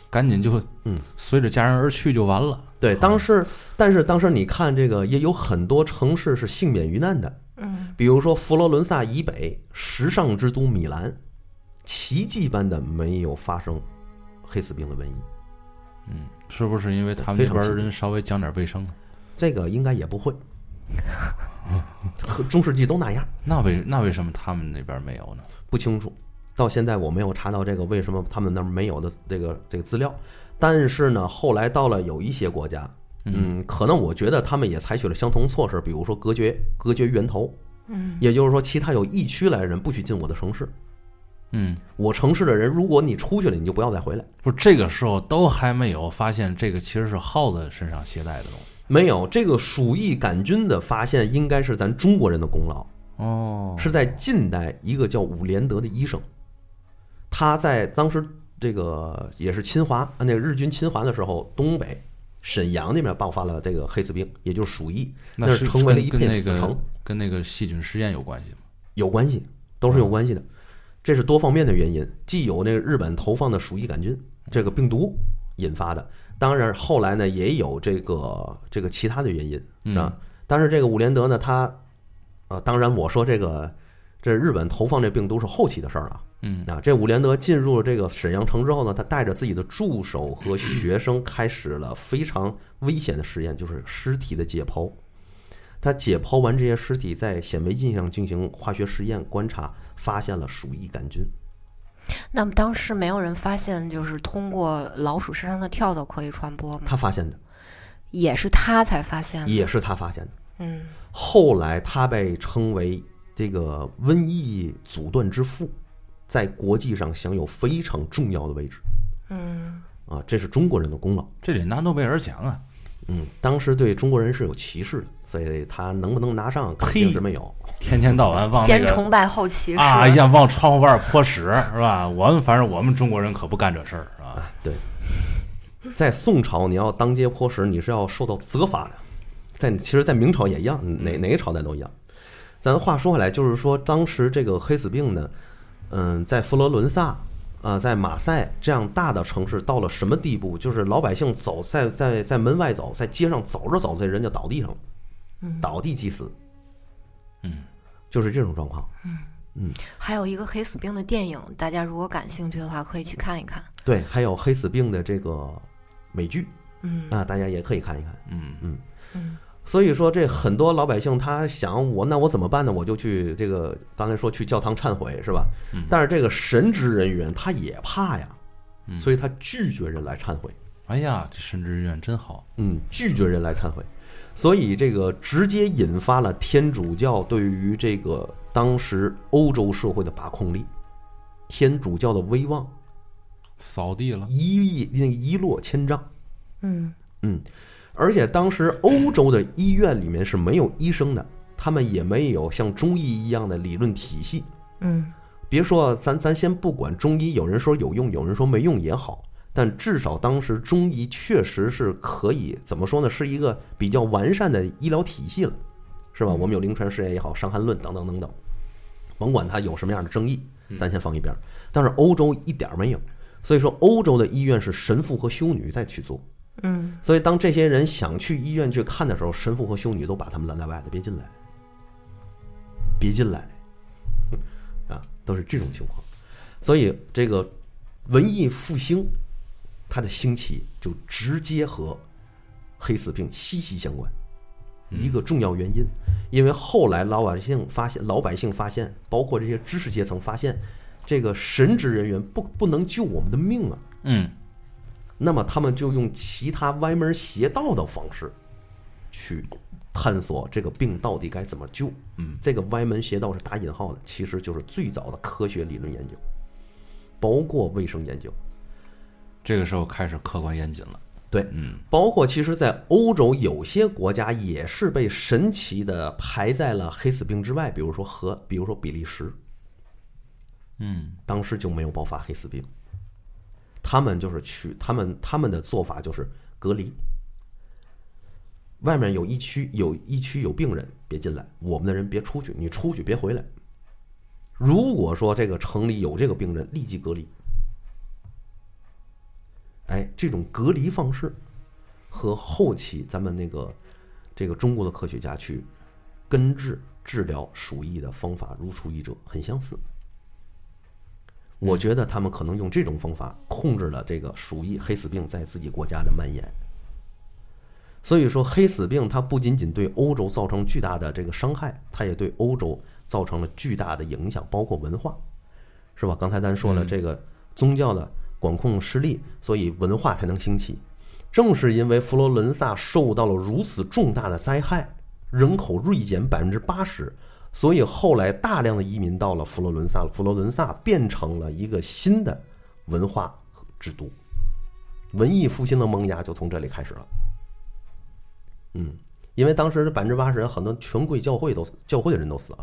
赶紧就
嗯
随着家人而去就完了。
对，当时，但是当时你看这个，也有很多城市是幸免于难的，
嗯
比如说佛罗伦萨以北，时尚之都米兰，奇迹般的没有发生黑死病的瘟疫，
是不是因为他们
非
这
常
边
奇
人稍微讲点卫生啊？
这个应该也不会。和中世纪都那样，
那为那为什么他们那边没有呢？
不清楚。到现在我没有查到这个为什么他们那儿没有的这个这个资料，但是呢，后来到了有一些国家，嗯，可能我觉得他们也采取了相同措施，比如说隔绝隔绝源头，
嗯
也就是说，其他有疫区来的人不许进我的城市，
嗯，
我城市的人，如果你出去了，你就不要再回来。
不是这个时候都还没有发现这个其实是耗子身上携带的东西。
没有这个鼠疫杆菌的发现，应该是咱中国人的功劳，
哦，
是在近代一个叫伍连德的医生，他在当时这个也是侵华，啊那个日军侵华的时候，东北沈阳那边爆发了这个黑死病，也就是鼠疫，
那
是成为了一
跟跟
片
那
死城
个，跟那个细菌实验有关系吗？
有关系，都是有关系的。这是多方面的原因，既有那个日本投放的鼠疫杆菌这个病毒引发的，当然后来呢也有这个这个其他的原因
嗯
啊。但是这个伍连德呢，他呃，当然我说这个这日本投放这病毒是后期的事儿了。
嗯
啊，这伍连德进入了这个沈阳城之后呢，他带着自己的助手和学生开始了非常危险的实验，就是尸体的解剖。他解剖完这些尸体，在显微镜上进行化学实验观察，发现了鼠疫杆菌。
那么当时没有人发现，就是通过老鼠身上的跳蚤可以传播吗？
他发现的，
也是他才发现的。
也是他发现的。
嗯
后来他被称为这个瘟疫阻断之父，在国际上享有非常重要的位置
嗯
啊，这是中国人的功劳。
这得拿诺贝尔奖啊！
嗯，当时对中国人是有歧视的，所以他能不能拿上肯定是没有。
天天到晚往那
先
个
崇拜后歧视。
啊，呀，往窗户外儿泼屎是吧？我们反正我们中国人可不干这事儿是吧？
对，在宋朝你要当街泼屎，你是要受到责罚的。在其实，在明朝也一样，哪哪个朝代都一样。咱话说回来，就是说当时这个黑死病呢，嗯，在佛罗伦萨啊、在马赛这样大的城市到了什么地步？就是老百姓走在在在门外走，在街上走着走着，人就倒地上了，倒地即死。
嗯，
就是这种状况。
还有一个黑死病的电影，大家如果感兴趣的话，可以去看一看。
对，还有黑死病的这个美剧
嗯
啊，大家也可以看一看。
嗯
嗯
嗯。
所以说，这很多老百姓他想我，那我怎么办呢？我就去这个刚才说去教堂忏悔是吧？但是这个神职人员他也怕呀，所以他拒绝人来忏悔。
哎呀，这神职人员真好，
嗯，拒绝人来忏悔，所以这个直接引发了天主教对于这个当时欧洲社会的把控力，天主教的威望
扫地了。
一亿那一落千丈。
嗯
嗯，而且当时欧洲的医院里面是没有医生的，他们也没有像中医一样的理论体系。
嗯
别说咱咱先不管中医，有人说有用，有人说没用也好，但至少当时中医确实是可以怎么说呢，是一个比较完善的医疗体系了，是吧？我们有临床试验也好，伤寒论等等等等，甭管它有什么样的争议，咱先放一边儿。但是欧洲一点儿没有，所以说欧洲的医院是神父和修女在去做。
嗯
所以当这些人想去医院去看的时候，神父和修女都把他们拦在外头，别进来，别进来， 啊，都是这种情况。所以这个文艺复兴，它的兴起就直接和黑死病息息相关，一个重要原因。因为后来老百姓发现，老百姓发现，包括这些知识阶层发现，这个神职人员不不能救我们的命啊，
嗯，
那么他们就用其他歪门邪道的方式去去探索这个病到底该怎么救。
嗯，
这个歪门邪道是打引号的，其实就是最早的科学理论研究，包括卫生研究，
这个时候开始客观严谨了。
对，
嗯，
包括其实，在欧洲有些国家也是被神奇的排在了黑死病之外，比如说和，比如说比利时，
嗯，
当时就没有爆发黑死病。他们就是去，他们他们的做法就是隔离，外面有一区有一区有病人别进来，我们的人别出去，你出去别回来。如果说这个城里有这个病人，立即隔离。哎，这种隔离方式和后期咱们那个这个中国的科学家去根治治疗鼠疫的方法如出一辙，很相似。我觉得他们可能用这种方法控制了这个鼠疫、黑死病在自己国家的蔓延。所以说，黑死病它不仅仅对欧洲造成巨大的这个伤害，它也对欧洲造成了巨大的影响，包括文化，是吧？刚才咱说了，这个宗教的管控失利，所以文化才能兴起。正是因为佛罗伦萨受到了如此重大的灾害，人口锐减百分之八十，所以后来大量的移民到了佛罗伦萨，佛罗伦萨变成了一个新的文化之都，文艺复兴的萌芽就从这里开始了。嗯，因为当时百分之八十人很多权贵教会都教会的人都死了，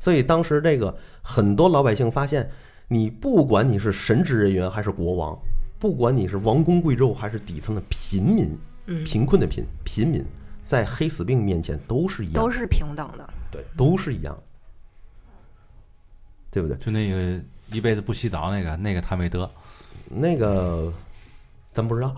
所以当时这个很多老百姓发现，你不管你是神职人员还是国王，不管你是王公贵胄还是底层的平民，贫困的贫贫民，在黑死病面前都是一样
都，是平等的。
对，都是一样，对不对？
就那个一辈子不洗澡那个，那个他没得。
那个咱不知道，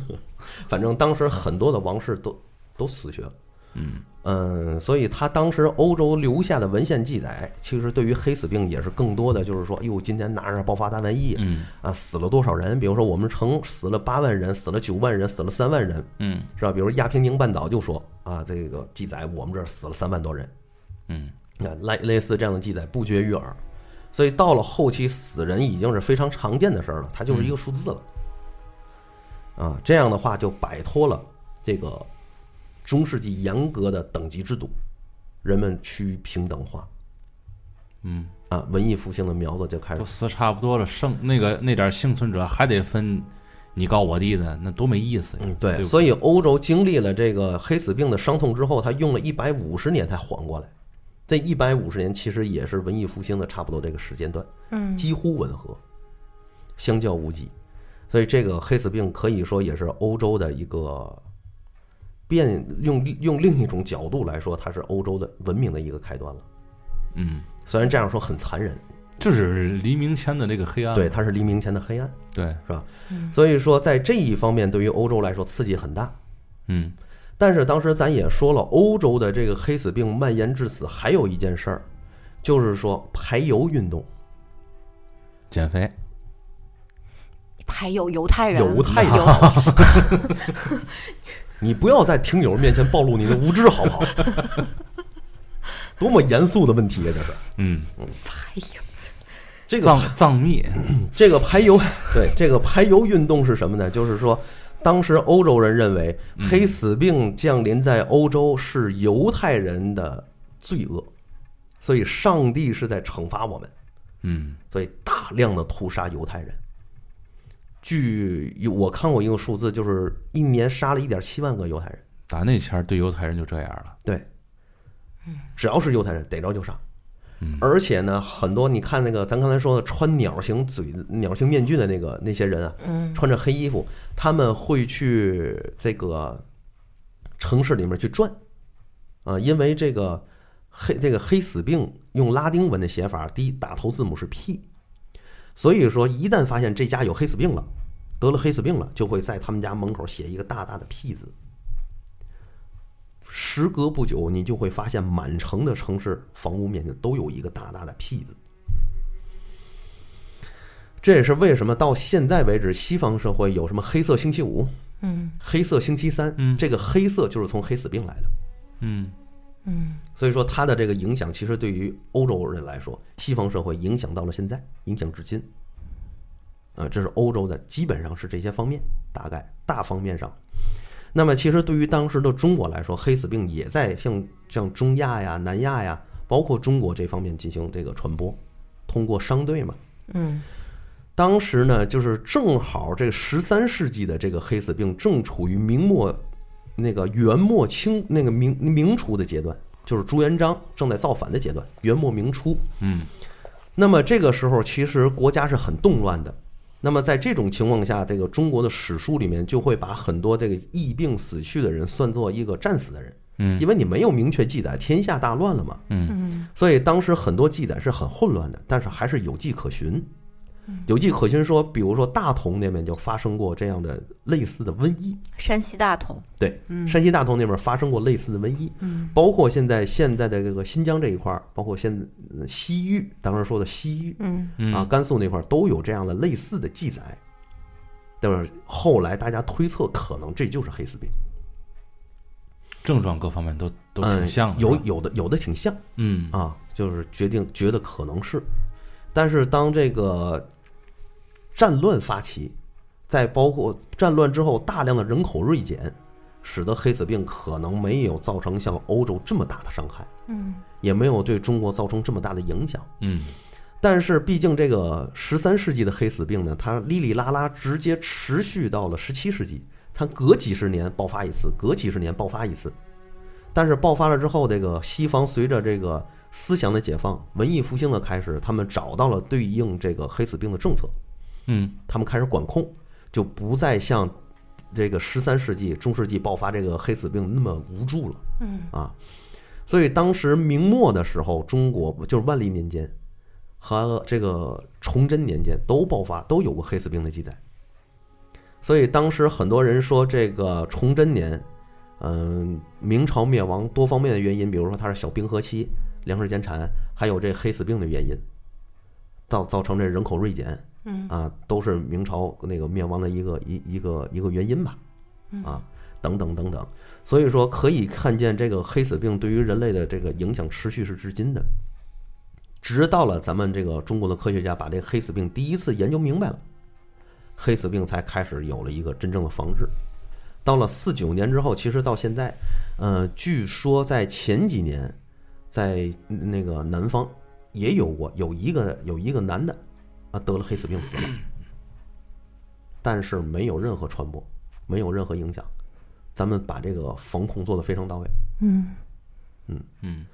反正当时很多的王室都都死绝了。
嗯
嗯，所以他当时欧洲留下的文献记载，其实对于黑死病也是更多的就是说，哟，今天拿着爆发大瘟疫
嗯
啊，死了多少人？比如说我们城死了八万人，死了九万人，死了三万人，
嗯
是吧？比如亚平宁半岛就说啊，这个记载我们这儿死了三万多人，
嗯，
啊，类类似这样的记载不绝于耳，所以到了后期，死人已经是非常常见的事儿了，它就是
嗯
一个数字了。啊，这样的话就摆脱了这个中世纪严格的等级制度，人们趋于平等化。
嗯，
啊，文艺复兴的苗子就开始
都死差不多了，剩那个那点幸存者还得分你高我低的，那多没意思呀。
嗯，
对
对，
不
所以欧洲经历了这个黑死病的伤痛之后，他用了一百五十年才缓过来。这一百五十年其实也是文艺复兴的差不多这个时间段，
嗯
几乎吻合，相较无几。所以这个黑死病可以说也是欧洲的一个变，用用另一种角度来说，它是欧洲的文明的一个开端了。
嗯，
虽然这样说很残忍，
就是黎明前的这个黑暗。啊
对，它是黎明前的黑暗，
对，
是吧？
嗯
所以说在这一方面，对于欧洲来说刺激很大。
嗯
但是当时咱也说了，欧洲的这个黑死病蔓延至此，还有一件事儿，就是说排油运动，
减肥。
还有犹太人，
犹太人
有，
你不要在听友面前暴露你的无知，好不好？多么严肃的问题呀、这是
嗯，
哎呀，
这个
藏藏秘。
这个排油，对这个排油运动是什么呢？就是说，当时欧洲人认为黑死病降临在欧洲是犹太人的罪恶，所以上帝是在惩罚我们。
嗯
所以大量的屠杀犹太人。据有我看过一个数字，就是一年杀了一点七万个犹太人。
打那前儿对犹太人就这样了。
对，只要是犹太人逮着就杀。而且呢，很多你看那个咱刚才说的穿鸟形嘴、鸟形面具的那个那些人啊，穿着黑衣服，他们会去这个城市里面去转啊，因为这个黑这个黑死病用拉丁文的写法，第一打头字母是 P，所以说一旦发现这家有黑死病了，得了黑死病了，就会在他们家门口写一个大大的 P 字。时隔不久，你就会发现满城的城市房屋面积都有一个大大的 P 字。这也是为什么到现在为止，西方社会有什么黑色星期五、
嗯
黑色星期三，
嗯
这个黑色就是从黑死病来的。
嗯
嗯，
所以说，它的这个影响其实对于欧洲人来说，西方社会影响到了现在，影响至今。啊，这是欧洲的，基本上是这些方面，大概大方面上。那么，其实对于当时的中国来说，黑死病也在像像中亚呀、南亚呀，包括中国这方面进行这个传播，通过商队嘛。
嗯
当时呢，就是正好这十三世纪的这个黑死病正处于明末那个元末清那个明明初的阶段，就是朱元璋正在造反的阶段，元末明初。
嗯
那么这个时候，其实国家是很动乱的。那么在这种情况下，这个中国的史书里面就会把很多这个疫病死去的人算作一个战死的人，
嗯
因为你没有明确记载，天下大乱了嘛，
嗯
嗯
所以当时很多记载是很混乱的，但是还是有迹可循。有迹可循说，比如说大同那边就发生过这样的类似的瘟疫，
山西大同，
对，
嗯
山西大同那边发生过类似的瘟疫，
嗯
包括现在现在的这个新疆这一块儿，包括现呃西域，当时说的西域，
嗯
嗯
啊，甘肃那块儿都有这样的类似的记载。但是后来大家推测，可能这就是黑死病，
症状各方面都都挺
嗯
像的，
有
是吧
有的有的挺像
嗯
啊，就是决定觉得可能是。但是当这个战乱发起，再包括战乱之后大量的人口锐减，使得黑死病可能没有造成像欧洲这么大的伤害，
嗯
也没有对中国造成这么大的影响。
嗯
但是毕竟这个十三世纪的黑死病呢，它哩哩啦啦直接持续到了十七世纪，它隔几十年爆发一次，隔几十年爆发一次。但是爆发了之后，这个西方随着这个思想的解放、文艺复兴的开始，他们找到了对应这个黑死病的政策，
嗯
他们开始管控，就不再像这个十三世纪、中世纪爆发这个黑死病那么无助了。
嗯
啊。所以当时明末的时候，中国就是万历年间和这个崇祯年间都爆发，都有过黑死病的记载。所以当时很多人说，这个崇祯年，嗯，明朝灭亡多方面的原因，比如说它是小冰河期、粮食减产，还有这黑死病的原因，造造成这人口锐减，
嗯
啊，都是明朝那个灭亡的一个一一个一个原因吧，啊，等等等等，所以说可以看见这个黑死病对于人类的这个影响持续是至今的，直到了咱们这个中国的科学家把这个黑死病第一次研究明白了，黑死病才开始有了一个真正的防治。到了四九年之后，其实到现在，呃，据说在前几年，在那个南方也有过有一个有一个男的啊得了黑死病死了，但是没有任何传播，没有任何影响。咱们把这个防控做得非常到位，
嗯
嗯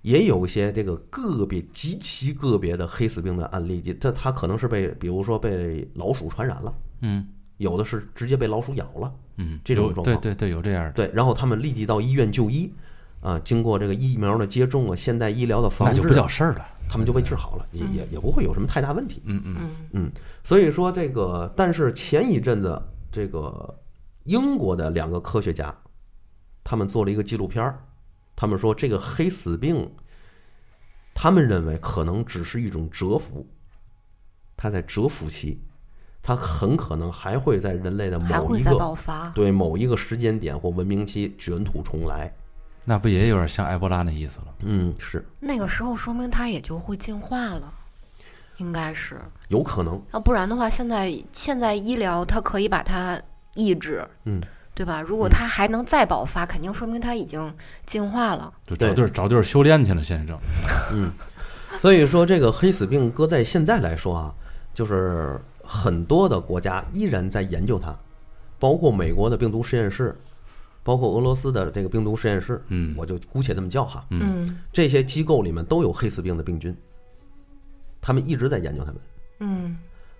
也有一些这个个别极其个别的黑死病的案例，就它它可能是被比如说被老鼠传染了，
嗯
有的是直接被老鼠咬了，
嗯，
这种
有
状
对
况
对对，有这样的，
对，然后他们立即到医院就医，啊，经过这个疫苗的接种啊，现代医疗的防
那
治
就
啊，
不叫事儿了。
他们就被治好了，也也也不会有什么太大问题。
嗯嗯
嗯
所以说这个，但是前一阵子这个英国的两个科学家，他们做了一个纪录片儿，他们说这个黑死病，他们认为可能只是一种蛰伏，它在蛰伏期，它很可能还会在人类的
还
某
会
嗯一
再
个
爆发，
对某一个时间点或文明期卷土重来。
那不也有点像埃博拉那意思了？
嗯，是
那个时候说明它也就会进化了，应该是。
有可能。
要不然的话，现在现在医疗它可以把它抑制，
嗯，
对吧？如果它还能再爆发，肯定说明它已经进化了。
就
对
找地儿找地儿修炼去了，现在正。
所以说，这个黑死病搁在现在来说啊，就是很多的国家依然在研究它，包括美国的病毒实验室，包括俄罗斯的这个病毒实验室，
嗯
我就姑且这么叫哈，
嗯
这些机构里面都有黑死病的病菌，他们一直在研究他们。
嗯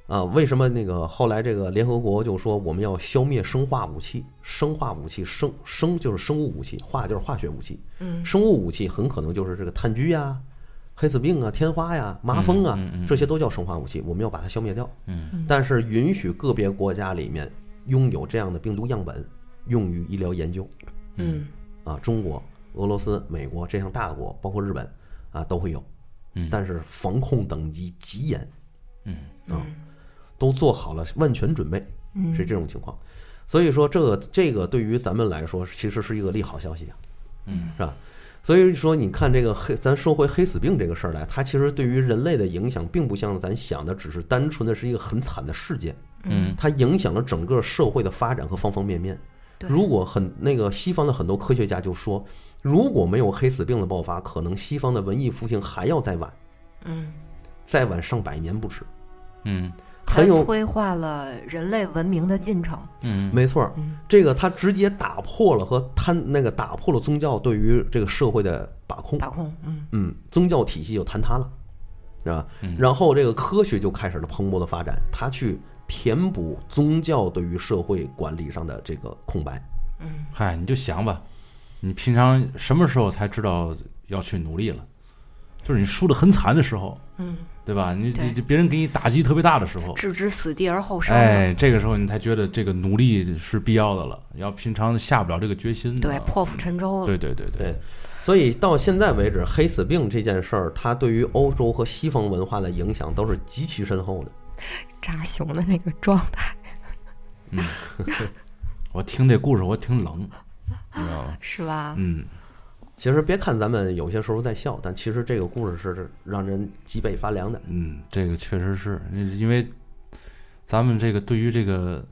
啊，为什么那个后来这个联合国就说我们要消灭生化武器？生化武器，生生就是生物武器，化就是化学武器。
嗯，
生物武器很可能就是这个炭疽呀、黑死病啊、天花呀、麻风啊，这些都叫生化武器，我们要把它消灭掉。
嗯，
但是允许个别国家里面拥有这样的病毒样本，用于医疗研究
嗯
啊，中国、俄罗斯、美国这样大国，包括日本啊，都会有。
嗯
但是防控等级极严，
嗯
啊，都做好了万全准备，
嗯
是这种情况。所以说，这个这个对于咱们来说，其实是一个利好消息啊，嗯，是吧？所以说，你看这个黑，咱说回黑死病这个事儿来，它其实对于人类的影响，并不像咱想的，只是单纯的是一个很惨的事件，
嗯
它影响了整个社会的发展和方方面面。
对
如果很那个西方的很多科学家就说，如果没有黑死病的爆发，可能西方的文艺复兴还要再晚，
嗯，
再晚上百年不止。
嗯
它
很有
催化了人类文明的进程。
嗯
没错儿
嗯，
这个它直接打破了和贪那个打破了宗教对于这个社会的把控。
把控，嗯，
嗯，宗教体系就坍塌了，是吧？
嗯
然后这个科学就开始了蓬勃的发展，它去填补宗教对于社会管理上的这个空白。
嗨，你就想吧，你平常什么时候才知道要去努力了？就是你输的很惨的时候，
嗯，
对吧？你
对
这别人给你打击特别大的时候，
置之死地而后生嘛。
哎，这个时候你才觉得这个努力是必要的了。要平常下不了这个决心的，啊
对，破釜沉舟
嗯
了。
对对对对，
对，所以到现在为止，黑死病这件事儿，它对于欧洲和西方文化的影响都是极其深厚的。
扎熊的那个状态
我听这故事我挺冷，你知道吗？
是吧？
嗯，
其实别看咱们有些时候在笑，但其实这个故事是让人脊背发凉的。
嗯，这个确实是因为咱们这个对于这个，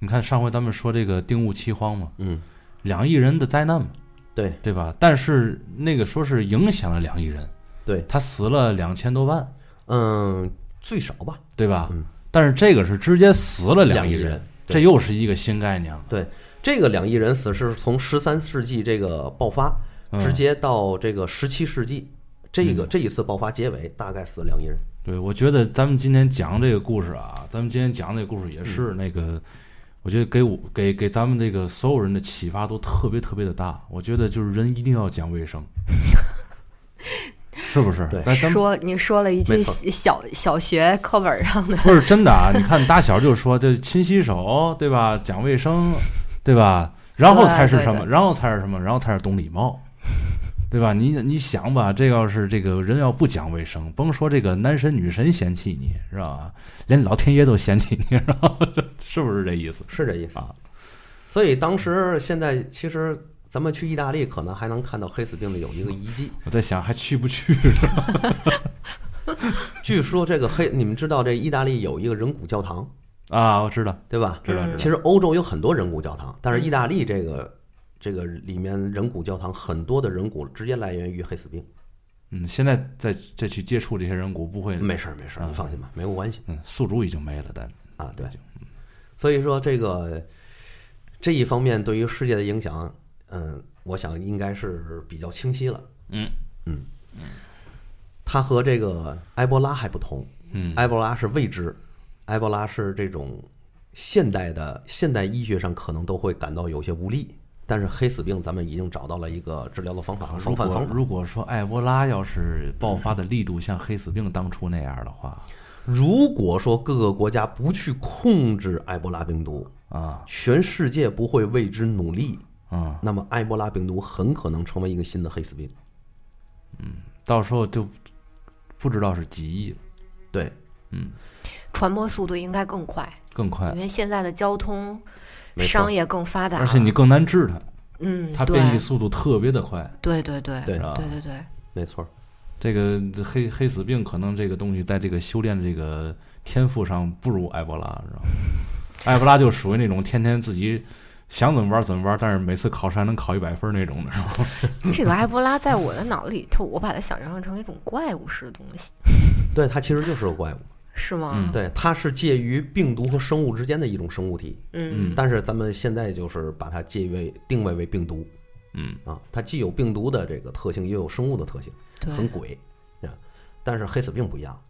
你看上回咱们说这个丁戊奇荒嘛，
嗯，
两亿人的灾难嘛，
对
对吧？但是那个说是影响了两亿人，
对
他死了两千多万，
嗯，最少吧，
对吧？
嗯
但是这个是直接死了
两
亿
亿人。对
这又是一个新概念了。
这个两亿人死是从十三世纪这个爆发，
嗯
直接到这个十七世纪，这个这一次爆发结尾大概死了两亿人。
对，我觉得咱们今天讲这个故事啊，咱们今天讲这个故事也是那个，我觉得给我给给咱们这个所有人的启发都特别特别的大。我觉得就是人一定要讲卫 生，是不是？
对
咱咱们
说你说了一
没
句
错
小小学课本上的，
不是真的啊！你看打小就说这勤洗手，对吧？讲卫生，对吧？然后才是什
对
么？
对
然后才是什么？然后才是懂礼貌，对吧？你你想吧，这要是这个人要不讲卫生，甭说这个男神女神嫌弃你，知道吧？连老天爷都嫌弃你，知道吧？是不是这意思？
是这意思
啊。
所以当时现在其实咱们去意大利，可能还能看到黑死病的有一个遗迹。
我在想还去不去？
据说这个黑，你们知道这意大利有一个人骨教堂，
啊，我知道，
对吧？
知道，知道。
其实欧洲有很多人骨教堂，但是意大利这个这个里面人骨教堂很多的人骨直接来源于黑死病。
嗯，现在再再去接触这些人骨，不会，
没事儿，没事儿，你放心吧，没有关系
嗯，宿主已经没了，但
啊。对，所以说这个这一方面对于世界的影响，嗯，我想应该是比较清晰了。
嗯
嗯，它和这个埃博拉还不同，
嗯
埃博拉是未知，埃博拉是这种现代的现代医学上可能都会感到有些无力，但是黑死病咱们已经找到了一个治疗的方法和
啊如
防范
果
方法。
如果说埃博拉要是爆发的力度像黑死病当初那样的话，
如果说各个国家不去控制埃博拉病毒，
啊
全世界不会为之努力，
啊，
那么埃博拉病毒很可能成为一个新的黑死病。
到时候就不知道是几亿了，
对，
传播速度应该更快，
更快
因，为现在的交通、
没错
商业更发达，
哎而且你更难治它，
嗯，
它
对
变异速度特别的快，
对对对
对
哎是吧？
对对对，
没错，
这个黑黑死病可能这个东西在这个修炼的这个天赋上不如埃博拉，知道吗？埃博拉就属于那种天天自己想怎么玩怎么玩，但是每次考试还能考一百分那种的，是吧？
这个埃博拉在我的脑子里头，我把它想象成一种怪物式的东西，
对，它其实就是个怪物，
是吗？
嗯
对，它是介于病毒和生物之间的一种生物体，
嗯
嗯
但是咱们现在就是把它界为定位为病毒
嗯，
啊，它既有病毒的这个特性，也有生物的特性，
哎
很
对，
鬼啊。但是黑死病不一样，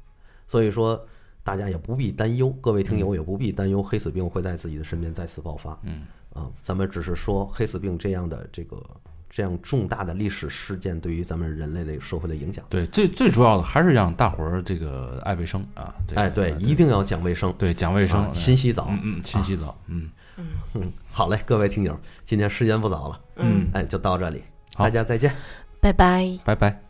所以说大家也不必担忧，各位听友也不必担忧黑死病会在自己的身边再次爆发。
嗯
啊，咱们只是说黑死病这样的这个这样重大的历史事件对于咱们人类的社会的影响。
对，最最主要的还是让大伙儿这个爱卫生啊，这个
哎，对，一定要讲卫生，
对讲卫生
啊，勤洗澡。
嗯嗯，勤洗澡，嗯
嗯，好嘞，各位听友，今天时间不早了，
嗯，
哎，就到这里，
好
大家再见。
拜拜。
拜拜。